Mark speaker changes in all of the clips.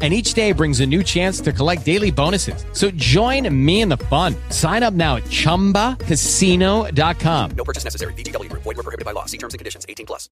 Speaker 1: and each day brings a new chance to collect daily bonuses. So join me in the fun. Sign up now at ChumbaCasino.com.
Speaker 2: No purchase necessary. VGW Group. Void were prohibited by law. See terms and conditions. 18 plus.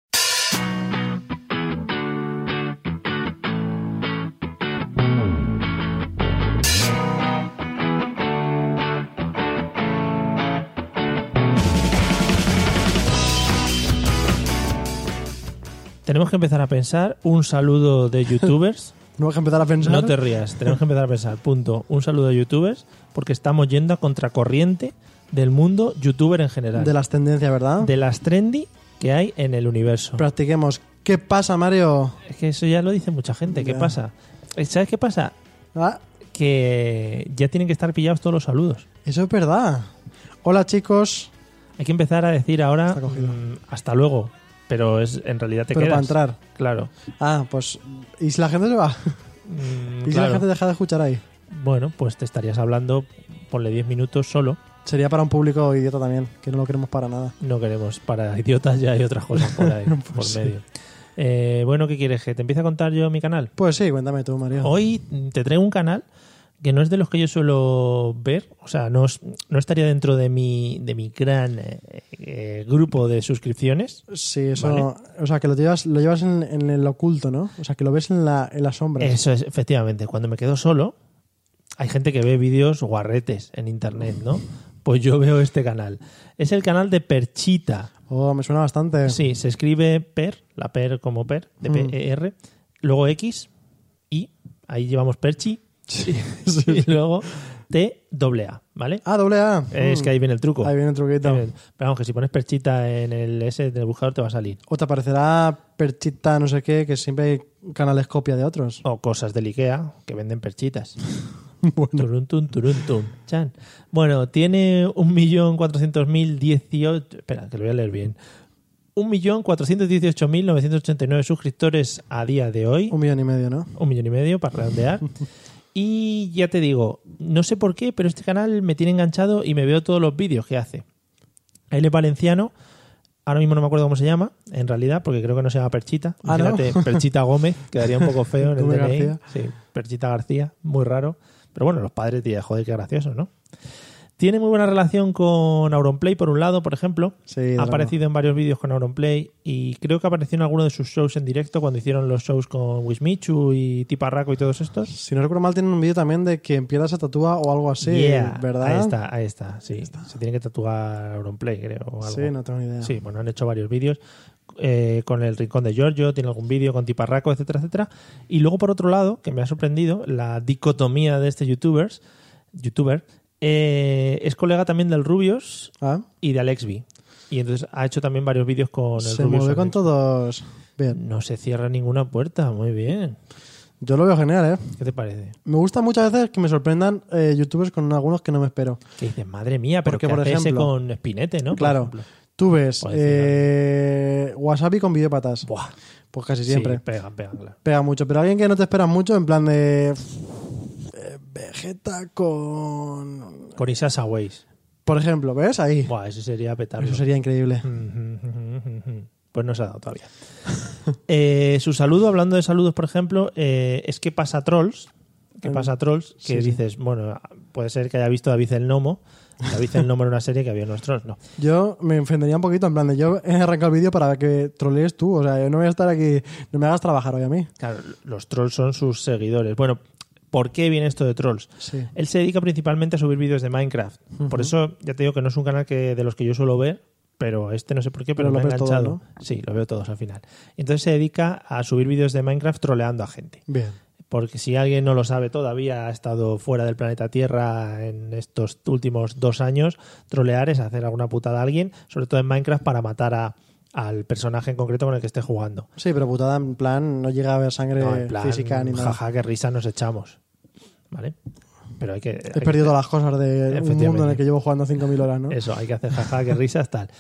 Speaker 3: Tenemos que empezar a pensar un saludo de youtubers.
Speaker 4: Tenemos que empezar a pensar.
Speaker 3: No te rías, tenemos que empezar a pensar. Punto. Un saludo de youtubers porque estamos yendo a contracorriente del mundo youtuber en general.
Speaker 4: De las tendencias, ¿verdad?
Speaker 3: De las trendy que hay en el universo.
Speaker 4: Practiquemos. ¿Qué pasa, Mario?
Speaker 3: Es que eso ya lo dice mucha gente. ¿Qué
Speaker 4: Ya.
Speaker 3: pasa? Eh, ¿Sabes qué pasa?
Speaker 4: Ah,
Speaker 3: Que ya tienen que estar pillados todos los saludos.
Speaker 4: eso es verdad. Hola, chicos.
Speaker 3: Hay que empezar a decir ahora
Speaker 4: Está cogido.
Speaker 3: mm, hasta luego. Pero es en realidad te
Speaker 4: Pero
Speaker 3: quedas.
Speaker 4: para entrar.
Speaker 3: Claro.
Speaker 4: Ah, pues. ¿Y si la gente se va?
Speaker 3: Mm,
Speaker 4: ¿Y si
Speaker 3: claro.
Speaker 4: la gente deja de escuchar ahí?
Speaker 3: Bueno, pues te estarías hablando, ponle 10 minutos solo.
Speaker 4: Sería para un público idiota también, que no lo queremos para nada.
Speaker 3: No queremos, para idiotas ya hay otras cosas por ahí,
Speaker 4: Pues
Speaker 3: por
Speaker 4: sí.
Speaker 3: medio. Eh, bueno, ¿qué quieres? ¿Que te empiece a contar yo mi canal?
Speaker 4: Pues sí, cuéntame tú, Mario.
Speaker 3: Hoy te traigo un canal que no es de los que yo suelo ver, o sea, no, es- no estaría dentro de mi, de mi gran eh, eh, grupo de suscripciones.
Speaker 4: Sí, eso.
Speaker 3: Vale.
Speaker 4: O sea, que lo llevas, lo llevas en, en el oculto, ¿no? O sea, que lo ves en la, en la sombra.
Speaker 3: Eso es, efectivamente, cuando me quedo solo, hay gente que ve vídeos guarretes en internet, ¿no? Pues yo veo este canal. Es el canal de Perchita.
Speaker 4: Oh, me suena bastante.
Speaker 3: Sí, se escribe per, la per como per, de
Speaker 4: Mm.
Speaker 3: PER, luego X, y ahí llevamos perchi,
Speaker 4: Sí.
Speaker 3: y luego T doble A, ¿vale?
Speaker 4: Ah, doble A.
Speaker 3: Es
Speaker 4: Mm.
Speaker 3: que ahí viene el truco.
Speaker 4: Ahí viene el truquito.
Speaker 3: Pero vamos, que si pones perchita en el S del buscador te va a salir.
Speaker 4: O te aparecerá perchita, no sé qué, que siempre hay canales copia de otros.
Speaker 3: O cosas del IKEA que venden perchitas. bueno. Turun, tun, turun, tun, chan. Bueno, tiene 1.400.018. Espera, que lo voy a leer bien. 1.418.989 suscriptores a día de hoy.
Speaker 4: Un millón y medio, ¿no?
Speaker 3: un millón y medio para redondear. Y ya te digo, no sé por qué, pero este canal me tiene enganchado y me veo todos los vídeos que hace. Él es valenciano, ahora mismo no me acuerdo cómo se llama, en realidad, porque creo que no se llama Perchita.
Speaker 4: Ah, ¿no?
Speaker 3: Imagínate, Perchita Gómez, quedaría un poco feo en el
Speaker 4: Gómez
Speaker 3: DNI.
Speaker 4: García.
Speaker 3: Sí, Perchita García, muy raro. Pero bueno, los padres, tía, joder, qué gracioso, ¿no? Tiene muy buena relación con Auronplay, por un lado, por ejemplo.
Speaker 4: Sí,
Speaker 3: ha
Speaker 4: drama.
Speaker 3: aparecido en varios vídeos con Auronplay y creo que apareció en alguno de sus shows en directo cuando hicieron los shows con Wismichu y Tiparraco y todos estos.
Speaker 4: Si no recuerdo mal, tienen un vídeo también de que empiezas a tatúa o algo así,
Speaker 3: Yeah,
Speaker 4: ¿verdad?
Speaker 3: Ahí está, ahí está, sí. Se tiene que tatuar Auronplay, creo. o algo.
Speaker 4: Sí, no tengo ni idea.
Speaker 3: Sí, bueno, han hecho varios vídeos eh, con el Rincón de Giorgio, tiene algún vídeo con Tiparraco, etcétera, etcétera. Y luego, por otro lado, que me ha sorprendido, la dicotomía de este youtubers, youtuber, eh, es colega también del Rubios
Speaker 4: Ah,
Speaker 3: y de Alexby. Y entonces ha hecho también varios vídeos con el
Speaker 4: se
Speaker 3: Rubius
Speaker 4: mueve con
Speaker 3: Alex.
Speaker 4: todos. Bien.
Speaker 3: No se cierra ninguna puerta, muy bien.
Speaker 4: Yo lo veo genial, ¿eh?
Speaker 3: ¿Qué te parece?
Speaker 4: Me gusta muchas veces que me sorprendan eh, youtubers con algunos que no me espero.
Speaker 3: Que dices, madre mía, pero
Speaker 4: Porque,
Speaker 3: que
Speaker 4: por
Speaker 3: hace ese
Speaker 4: ejemplo-
Speaker 3: con Spinete, ¿no? Por
Speaker 4: claro.
Speaker 3: ejemplo.
Speaker 4: Tú ves
Speaker 3: Por decir
Speaker 4: eh, wasabi con videópatas.
Speaker 3: Buah.
Speaker 4: Pues casi
Speaker 3: Sí,
Speaker 4: siempre.
Speaker 3: pegan, pegan, claro.
Speaker 4: Pega mucho. Pero alguien que no te espera mucho, en plan de. eh, Vegeta con.
Speaker 3: Con Isasa Ways.
Speaker 4: Por ejemplo, ¿ves? Ahí.
Speaker 3: Buah, Mm. eso sería petarlo.
Speaker 4: Eso sería increíble.
Speaker 3: Pues no se ha dado todavía. Eh, su saludo, hablando de saludos, por ejemplo, eh, es que pasa trolls. Que pasa trolls, que
Speaker 4: Ah, Sí, sí.
Speaker 3: dices, bueno, puede ser que haya visto David el Nomo. David el Nomo era una serie que había unos trolls, no.
Speaker 4: Yo me ofendería un poquito, en plan de yo he arrancado el vídeo para que trolees tú, o sea, yo no voy a estar aquí, no me hagas trabajar hoy a mí.
Speaker 3: Claro, los trolls son sus seguidores. Bueno, ¿por qué viene esto de trolls?
Speaker 4: Sí.
Speaker 3: Él se dedica principalmente a subir vídeos de Minecraft. Por eso ya te digo que no es un canal que, de los que yo suelo ver, pero este no sé por qué, pero,
Speaker 4: Pero
Speaker 3: me
Speaker 4: lo
Speaker 3: ha
Speaker 4: ves todo,
Speaker 3: enganchado. Sí, lo veo todos al final. Entonces se dedica a subir vídeos de Minecraft troleando a gente.
Speaker 4: Bien.
Speaker 3: Porque si alguien no lo sabe todavía, ha estado fuera del planeta Tierra en estos últimos dos años, trolear es hacer alguna putada a alguien, sobre todo en Minecraft, para matar a- al personaje en concreto con el que esté jugando.
Speaker 4: Sí, pero putada, en plan, no llega a haber sangre
Speaker 3: No, en plan,
Speaker 4: Eh, física ni nada.
Speaker 3: Jaja, qué risa nos echamos. ¿Vale? Pero hay que. hay
Speaker 4: He
Speaker 3: que-
Speaker 4: perdido todas las cosas de un
Speaker 3: Efectivamente.
Speaker 4: mundo en el que llevo jugando 5.000 horas, ¿no?
Speaker 3: Eso, hay que hacer jaja, qué risas, tal.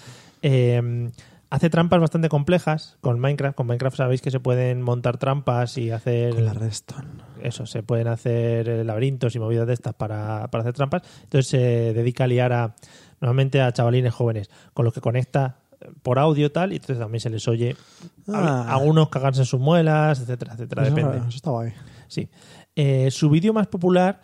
Speaker 3: Eh, hace trampas bastante complejas con Minecraft. Con Minecraft sabéis que se pueden montar trampas y hacer
Speaker 4: Con la Redstone.
Speaker 3: eso, se pueden hacer eh, laberintos y movidas de estas para, para hacer trampas. Entonces se dedica a liar a normalmente a chavalines jóvenes, con los que conecta eh, por audio tal, y entonces también se les oye a-
Speaker 4: Ah.
Speaker 3: algunos cagarse en sus muelas, etcétera, etcétera,
Speaker 4: Eso-
Speaker 3: depende.
Speaker 4: Eso está guay.
Speaker 3: Sí. Eh, su vídeo más popular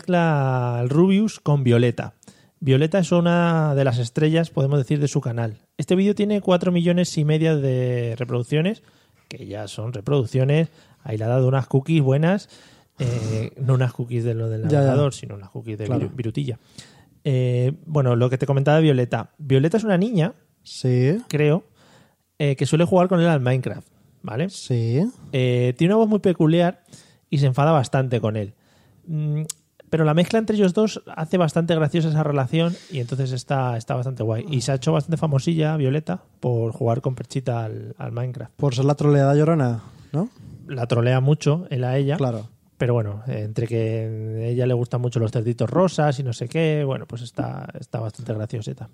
Speaker 3: mezcla al Rubius con Violeta. Violeta es una de las estrellas, podemos decir, de su canal. Este vídeo tiene 4 millones y media de reproducciones, que ya son reproducciones. Ahí le ha dado unas cookies buenas, eh, no unas cookies de lo del
Speaker 4: Ya, ya.
Speaker 3: navegador, sino unas cookies de
Speaker 4: Claro.
Speaker 3: viru- virutilla. Eh, bueno, lo que te comentaba de Violeta. Violeta es una niña,
Speaker 4: Sí,
Speaker 3: creo, eh, que suele jugar con él al Minecraft, ¿vale?
Speaker 4: sí.
Speaker 3: Eh, tiene una voz muy peculiar y se enfada bastante con él. Mm, pero la mezcla entre ellos dos hace bastante graciosa esa relación y entonces está, está bastante guay. Y se ha hecho bastante famosilla, Violeta, por jugar con Perchita al, al Minecraft.
Speaker 4: Por ser la troleada llorona, ¿no?
Speaker 3: La trolea mucho, él a ella.
Speaker 4: Claro.
Speaker 3: Pero bueno, eh, entre que a ella le gustan mucho los cerditos rosas y no sé qué, bueno, pues está, está bastante gracioseta.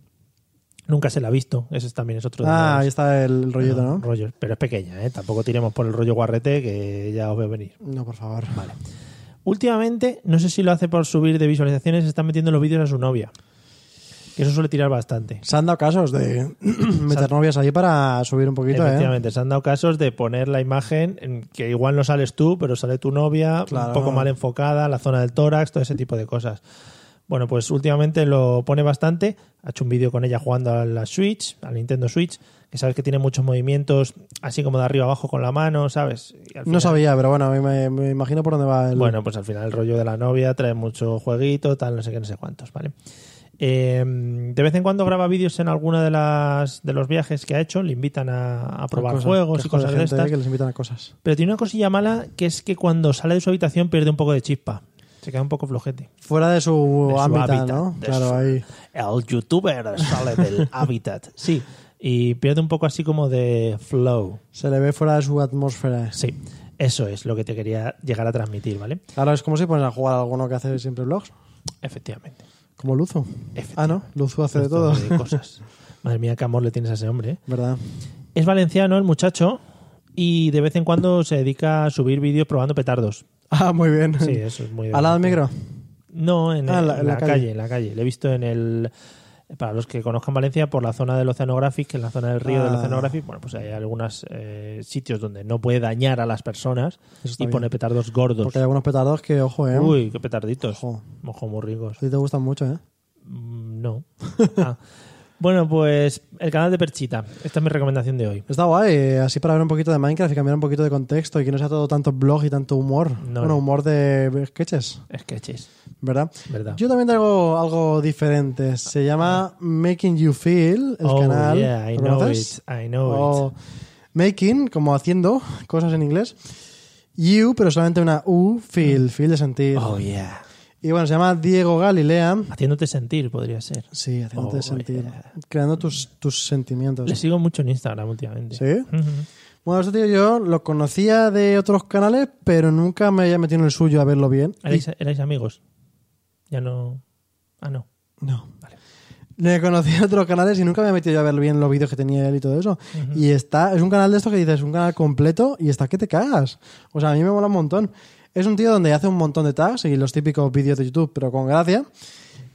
Speaker 3: Nunca se la ha visto, ese es- también es otro de
Speaker 4: Ah,
Speaker 3: los-
Speaker 4: ahí está el
Speaker 3: de los
Speaker 4: rollito, ¿no?
Speaker 3: rollos. Pero es pequeña, ¿eh? tampoco tiremos por el rollo guarrete que ya os veo venir.
Speaker 4: No, por favor. Vale.
Speaker 3: Últimamente, no sé si lo hace por subir de visualizaciones, está metiendo los vídeos a su novia. Que eso suele tirar bastante.
Speaker 4: Se han dado casos de meter novias ahí para subir un poquito, ¿eh?
Speaker 3: Efectivamente, se han dado casos de poner la imagen en que igual no sales tú, pero sale tu novia,
Speaker 4: Claro.
Speaker 3: un poco mal enfocada, la zona del tórax, todo ese tipo de cosas. Bueno, pues últimamente lo pone bastante. Ha hecho un vídeo con ella jugando a la Switch, al Nintendo Switch, que sabes que tiene muchos movimientos, así como de arriba abajo con la mano, ¿sabes? Y al
Speaker 4: No
Speaker 3: final-
Speaker 4: sabía, pero bueno, a mí me, me imagino por dónde va el.
Speaker 3: Bueno, pues al final el rollo de la novia trae mucho jueguito, tal, no sé qué, no sé cuántos, ¿vale? Eh, de vez en cuando graba vídeos en alguno de, las, de los viajes que ha hecho, le invitan a, a probar
Speaker 4: cosas,
Speaker 3: juegos y
Speaker 4: quejo de
Speaker 3: cosas de
Speaker 4: gente, ¿eh?
Speaker 3: estas.
Speaker 4: que les invitan a cosas.
Speaker 3: Pero tiene una cosilla mala que es que cuando sale de su habitación pierde un poco de chispa. Se queda un poco flojete.
Speaker 4: Fuera de su,
Speaker 3: su
Speaker 4: ámbito,
Speaker 3: hábitat,
Speaker 4: ¿no?
Speaker 3: de
Speaker 4: Claro,
Speaker 3: su-
Speaker 4: ahí.
Speaker 3: El youtuber sale del hábitat. Sí. Y pierde un poco así como de flow.
Speaker 4: Se le ve fuera de su atmósfera.
Speaker 3: Sí. Eso es lo que te quería llegar a transmitir, ¿vale?
Speaker 4: Claro, es como si pones a jugar a alguno que hace siempre vlogs.
Speaker 3: Efectivamente.
Speaker 4: Como Luzu.
Speaker 3: Efectivamente.
Speaker 4: Ah, no, Luzu hace de todo.
Speaker 3: Esto de cosas. Madre mía, qué amor le tienes a ese hombre, ¿eh?
Speaker 4: ¿Verdad?
Speaker 3: Es valenciano el muchacho y de vez en cuando se dedica a subir vídeos probando petardos.
Speaker 4: Ah, muy bien.
Speaker 3: Sí, eso es muy
Speaker 4: Al lado del
Speaker 3: divertido.
Speaker 4: micro.
Speaker 3: No, en, el-
Speaker 4: Ah, en la-
Speaker 3: en la, calle. en la calle. Le he visto en el para los que conozcan Valencia por la zona del Oceanographic, en la zona del río del
Speaker 4: Ah.
Speaker 3: Oceanographic, bueno, pues hay algunos sitios donde no puede dañar a las personas
Speaker 4: Eso está
Speaker 3: y pone
Speaker 4: bien.
Speaker 3: petardos gordos.
Speaker 4: Porque hay algunos petardos que, ojo, ¿eh?
Speaker 3: Uy, qué petarditos.
Speaker 4: Ojo.
Speaker 3: Mojo muy ricos.
Speaker 4: A ti te gustan mucho, ¿eh?
Speaker 3: Mm, No. Ah. Bueno, pues el canal de Perchita. Esta es mi recomendación de hoy.
Speaker 4: Está guay, eh, así para ver un poquito de Minecraft y cambiar un poquito de contexto y que no sea todo tanto blog y tanto humor.
Speaker 3: No,
Speaker 4: bueno,
Speaker 3: no.
Speaker 4: humor de sketches,
Speaker 3: Sketches,
Speaker 4: ¿verdad?
Speaker 3: ¿verdad?
Speaker 4: Yo también traigo algo diferente. Se llama Making You Feel, el
Speaker 3: oh,
Speaker 4: canal.
Speaker 3: Yeah, I
Speaker 4: ¿Lo
Speaker 3: know
Speaker 4: conoces? Oh,
Speaker 3: it. I know it.
Speaker 4: O making, como haciendo cosas en inglés. You, pero solamente una U, feel, feel de sentir.
Speaker 3: Oh, yeah.
Speaker 4: Y bueno, se llama Diego Galilea.
Speaker 3: Haciéndote sentir podría ser.
Speaker 4: Sí, haciéndote
Speaker 3: Oh,
Speaker 4: sentir.
Speaker 3: yeah.
Speaker 4: Creando tus, tus sentimientos.
Speaker 3: Le sigo mucho en Instagram últimamente.
Speaker 4: ¿Sí?
Speaker 3: Ujú.
Speaker 4: Bueno, este tío yo lo conocía de otros canales, pero nunca me había metido en el suyo a verlo bien. Y-
Speaker 3: ¿Erais, erais amigos? Ya no. Ah, no.
Speaker 4: No. Le conocía de otros canales y nunca me había metido yo a ver bien los vídeos que tenía él y todo eso. Y está, es un canal de estos que dices, un canal completo y está que te cagas. O sea, a mí me mola un montón. Es un tío donde hace un montón de tags y los típicos vídeos de YouTube, pero con gracia.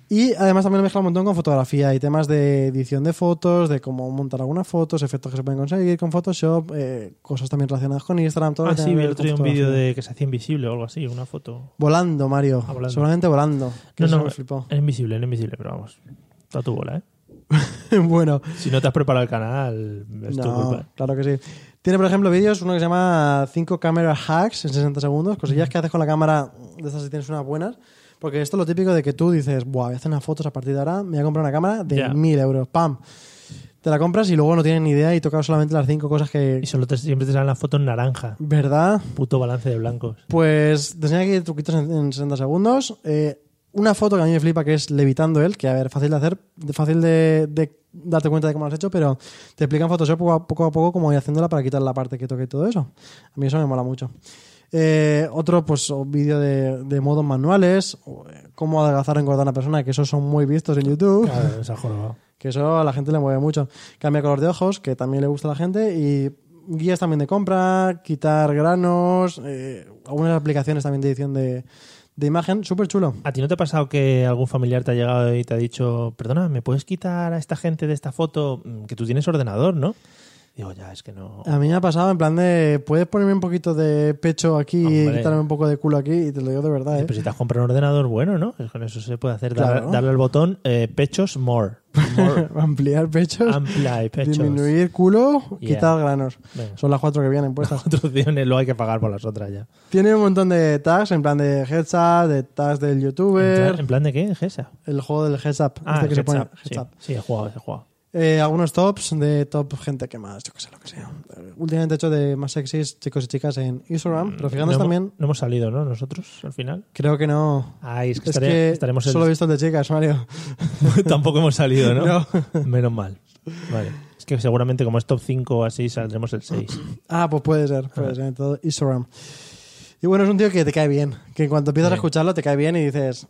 Speaker 4: Y además también lo mezcla un montón con fotografía y temas de edición de fotos, de cómo montar algunas fotos, efectos que se pueden conseguir con Photoshop, eh, cosas también relacionadas con Instagram, todo lo
Speaker 3: Ah,
Speaker 4: que
Speaker 3: sí,
Speaker 4: tenga que
Speaker 3: vi el
Speaker 4: ver
Speaker 3: otro día
Speaker 4: con
Speaker 3: un vídeo
Speaker 4: fotografía.
Speaker 3: de que se hacía invisible o algo así, una foto.
Speaker 4: Volando, Mario.
Speaker 3: Ah, volando.
Speaker 4: Solamente volando. Que
Speaker 3: No,
Speaker 4: eso
Speaker 3: no, eh,
Speaker 4: me flipó.
Speaker 3: era invisible, era invisible, pero vamos. Está tu bola, ¿eh?
Speaker 4: bueno,
Speaker 3: Si no te has preparado el canal, es tu
Speaker 4: no,
Speaker 3: culpa.
Speaker 4: claro que sí. Tiene, por ejemplo, vídeos, uno que se llama 5 camera hacks en 60 segundos, cosillas que haces con la cámara, de estas si tienes unas buenas. Porque esto es lo típico de que tú dices, Buah, voy a hacer unas fotos a partir de ahora, me voy a comprar una cámara de
Speaker 3: Ya.
Speaker 4: 1000 euros, ¡pam! Te la compras y luego no tienes ni idea y tocas solamente las cinco cosas que...
Speaker 3: Y solo te- siempre te salen las fotos naranja.
Speaker 4: ¿Verdad?
Speaker 3: Puto balance de blancos.
Speaker 4: Pues te enseño aquí truquitos en, en 60 segundos. Eh, una foto que a mí me flipa que es levitando él, que a ver, fácil de hacer, de- fácil de, de darte cuenta de cómo lo has hecho, pero te explican Photoshop poco a poco, a poco cómo ir haciéndola para quitar la parte que toque y todo eso. A mí eso me mola mucho. Eh, otro, pues, o vídeo de, de modos manuales, o, eh, cómo adelgazar o engordar a una persona, que esos son muy vistos en YouTube.
Speaker 3: Claro, se ha jorobado.
Speaker 4: que eso a la gente le mueve mucho. Cambia color de ojos, que también le gusta a la gente, y guías también de compra, quitar granos, eh, algunas aplicaciones también de edición de, de imagen, súper chulo.
Speaker 3: ¿A ti no te ha pasado que algún familiar te ha llegado y te ha dicho, perdona, ¿me puedes quitar a esta gente de esta foto? Mm, Que tú tienes ordenador, ¿no? Digo, ya, es que no.
Speaker 4: A mí me ha pasado en plan de, puedes ponerme un poquito de pecho aquí y
Speaker 3: Hombre.
Speaker 4: quitarme un poco de culo aquí, y te lo digo de verdad. ¿eh?
Speaker 3: Pero si te has comprado un ordenador bueno, ¿no? Con eso se puede hacer. dar-
Speaker 4: Claro.
Speaker 3: Darle al botón eh, pechos more. More.
Speaker 4: Ampliar pechos,
Speaker 3: Amplia pechos.
Speaker 4: Pues disminuir culo,
Speaker 3: Yeah.
Speaker 4: quitar granos.
Speaker 3: Venga.
Speaker 4: Son las cuatro que vienen puestas.
Speaker 3: Otras opciones, luego hay que pagar por las otras ya.
Speaker 4: Tiene un montón de tags, en plan de heads up, de tags del
Speaker 3: ¿En
Speaker 4: youtuber,
Speaker 3: plan- ¿En plan de qué? ¿Es esa?
Speaker 4: el juego del heads up,
Speaker 3: Ah,
Speaker 4: este Pues que se
Speaker 3: heads
Speaker 4: pone
Speaker 3: up,
Speaker 4: heads
Speaker 3: sí.
Speaker 4: up.
Speaker 3: Sí, he jugado, he jugado.
Speaker 4: Eh, algunos tops de top gente que más, yo que sé, lo que sea. Últimamente he hecho de más sexys chicos y chicas en Instagram, pero
Speaker 3: Mm, No
Speaker 4: fijándonos
Speaker 3: hemos-
Speaker 4: también,
Speaker 3: No hemos salido, ¿no? Nosotros, al final.
Speaker 4: creo que no.
Speaker 3: Ay, es que,
Speaker 4: Es
Speaker 3: estaré-
Speaker 4: que
Speaker 3: estaremos en-
Speaker 4: solo he visto el de chicas, Mario.
Speaker 3: Tampoco hemos salido, ¿no?
Speaker 4: No.
Speaker 3: Menos mal. Vale. Es que seguramente como es top 5 o así saldremos el 6.
Speaker 4: Ah, pues puede ser, puede ser, en todo Instagram. Y bueno, es un tío que te cae bien, que en cuanto empiezas a
Speaker 3: Sí.
Speaker 4: escucharlo te cae bien y dices,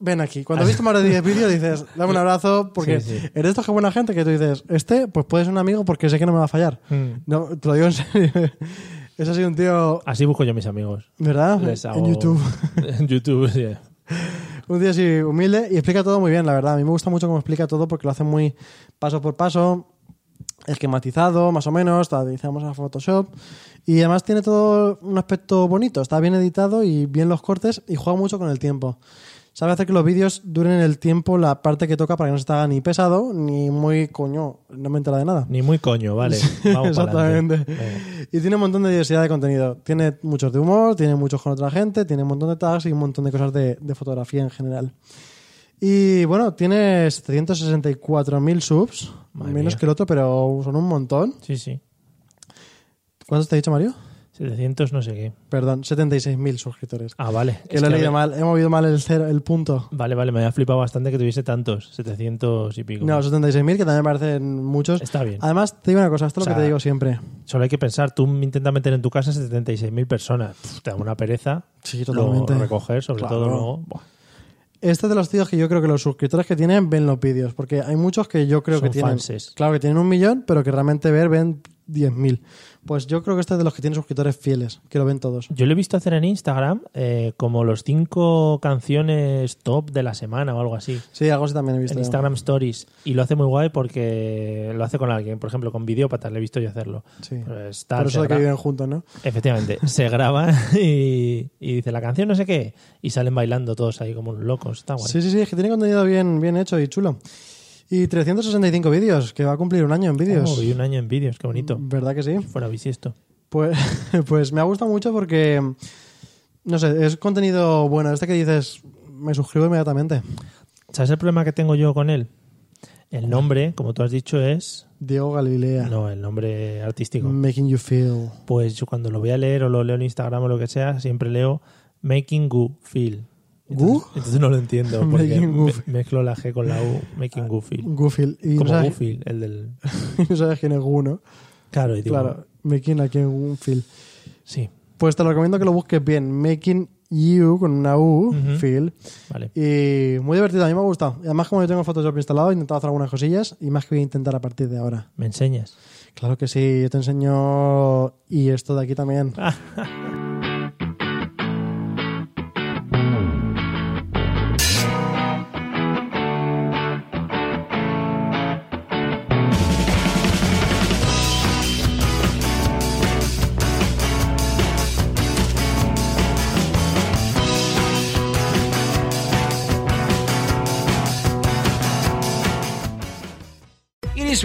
Speaker 4: ven aquí. Cuando has visto más de 10 vídeos dices, dame un abrazo, porque
Speaker 3: Sí, sí.
Speaker 4: eres de estos que buena gente que tú dices, este, pues puede ser un amigo porque sé que no me va a fallar.
Speaker 3: Mm.
Speaker 4: No, te lo digo en serio. Es así un tío,
Speaker 3: Así busco yo a mis amigos.
Speaker 4: ¿verdad?
Speaker 3: Les hago-
Speaker 4: En YouTube.
Speaker 3: en YouTube, sí.
Speaker 4: Un tío así humilde y explica todo muy bien, la verdad. A mí me gusta mucho cómo explica todo porque lo hace muy paso por paso, esquematizado, más o menos, está, utilizamos a Photoshop. Y además tiene todo un aspecto bonito, está bien editado y bien los cortes y juega mucho con el tiempo. Sabe hacer que los vídeos duren el tiempo, la parte que toca, para que no se te haga ni pesado ni muy coño, no me entera de nada.
Speaker 3: Ni muy coño, vale. Vamos pa'lante.
Speaker 4: Exactamente.
Speaker 3: Venga.
Speaker 4: Y tiene un montón de diversidad de contenido. Tiene muchos de humor, tiene muchos con otra gente, tiene un montón de tags y un montón de cosas de, de fotografía en general. Y bueno, tiene 764.000 subs,
Speaker 3: Madre
Speaker 4: menos
Speaker 3: mía.
Speaker 4: que el otro, pero son un montón.
Speaker 3: Sí, sí.
Speaker 4: ¿Cuántos te he dicho, Mario?
Speaker 3: 700 no sé qué.
Speaker 4: Perdón, 76.000 suscriptores.
Speaker 3: Ah, vale.
Speaker 4: que
Speaker 3: Es
Speaker 4: lo he
Speaker 3: que
Speaker 4: leído
Speaker 3: a ver-
Speaker 4: mal, he movido mal el, cero, el punto.
Speaker 3: Vale, vale. Me había flipado bastante que tuviese tantos. 700 y pico.
Speaker 4: No, 76.000, que también me parecen muchos.
Speaker 3: Está bien.
Speaker 4: Además, te digo una cosa, esto es
Speaker 3: O
Speaker 4: lo
Speaker 3: sea,
Speaker 4: que te digo siempre.
Speaker 3: Solo hay que pensar, tú intentas meter en tu casa 76.000 personas. Pff, te da una pereza.
Speaker 4: Sí,
Speaker 3: Lo
Speaker 4: totalmente.
Speaker 3: recoger, sobre
Speaker 4: Claro.
Speaker 3: todo luego. Buah,
Speaker 4: Este es de los tíos que yo creo que los suscriptores que tienen ven los vídeos, porque hay muchos que yo creo
Speaker 3: Son
Speaker 4: que tienen.
Speaker 3: fanses.
Speaker 4: Claro, que tienen un millón, pero que realmente ver ven 10.000. Pues yo creo que este es de los que tienen suscriptores fieles, que lo ven todos.
Speaker 3: Yo lo he visto hacer en Instagram eh, como los cinco canciones top de la semana o algo así.
Speaker 4: Sí, algo así también he visto.
Speaker 3: En
Speaker 4: yo.
Speaker 3: Instagram Stories. Y lo hace muy guay porque lo hace con alguien. Por ejemplo, con videópatas le he visto yo hacerlo.
Speaker 4: Sí.
Speaker 3: Pues tal,
Speaker 4: Por eso
Speaker 3: se
Speaker 4: de que
Speaker 3: gra-
Speaker 4: viven juntos, ¿no?
Speaker 3: Efectivamente. se graba y, y dice la canción no sé qué. Y salen bailando todos ahí como unos locos. Está guay.
Speaker 4: Sí, sí, sí, es que tiene contenido bien, bien hecho y chulo. Y 365 vídeos, que va a cumplir un año en vídeos. Mm.
Speaker 3: Oh, y un año en vídeos. Qué bonito.
Speaker 4: ¿Verdad que sí?
Speaker 3: Fuera bisiesto.
Speaker 4: Pues, pues me ha gustado mucho porque, no sé, es contenido bueno. Este que dices, me suscribo inmediatamente.
Speaker 3: ¿Sabes el problema que tengo yo con él? El nombre, como tú has dicho, es...
Speaker 4: Diego Galilea.
Speaker 3: No, el nombre artístico.
Speaker 4: Making you feel.
Speaker 3: Pues yo cuando lo voy a leer o lo leo en Instagram o lo que sea, siempre leo Making Goo Feel. Entonces,
Speaker 4: ¿Goo?
Speaker 3: entonces no lo entiendo porque
Speaker 4: Making Goo
Speaker 3: me-
Speaker 4: Feel.
Speaker 3: mezclo la G con la U. Making Goo Feel.
Speaker 4: Goofy. Y no
Speaker 3: Como Goo
Speaker 4: sabes,
Speaker 3: Feel, el del...
Speaker 4: no sabes quién es Gu, ¿no?
Speaker 3: Claro, y digo,
Speaker 4: Claro, Making a quien Gu Phil.
Speaker 3: sí,
Speaker 4: Pues te lo recomiendo que lo busques bien. Making You con una U,
Speaker 3: Ujú.
Speaker 4: Phil.
Speaker 3: vale.
Speaker 4: Y muy divertido, a mí me ha gustado. Y además, como yo tengo Photoshop instalado, he intentado hacer algunas cosillas y más que voy a intentar a partir de ahora.
Speaker 3: ¿Me enseñas?
Speaker 4: Claro que sí, yo te enseño. Y esto de aquí también.
Speaker 1: It is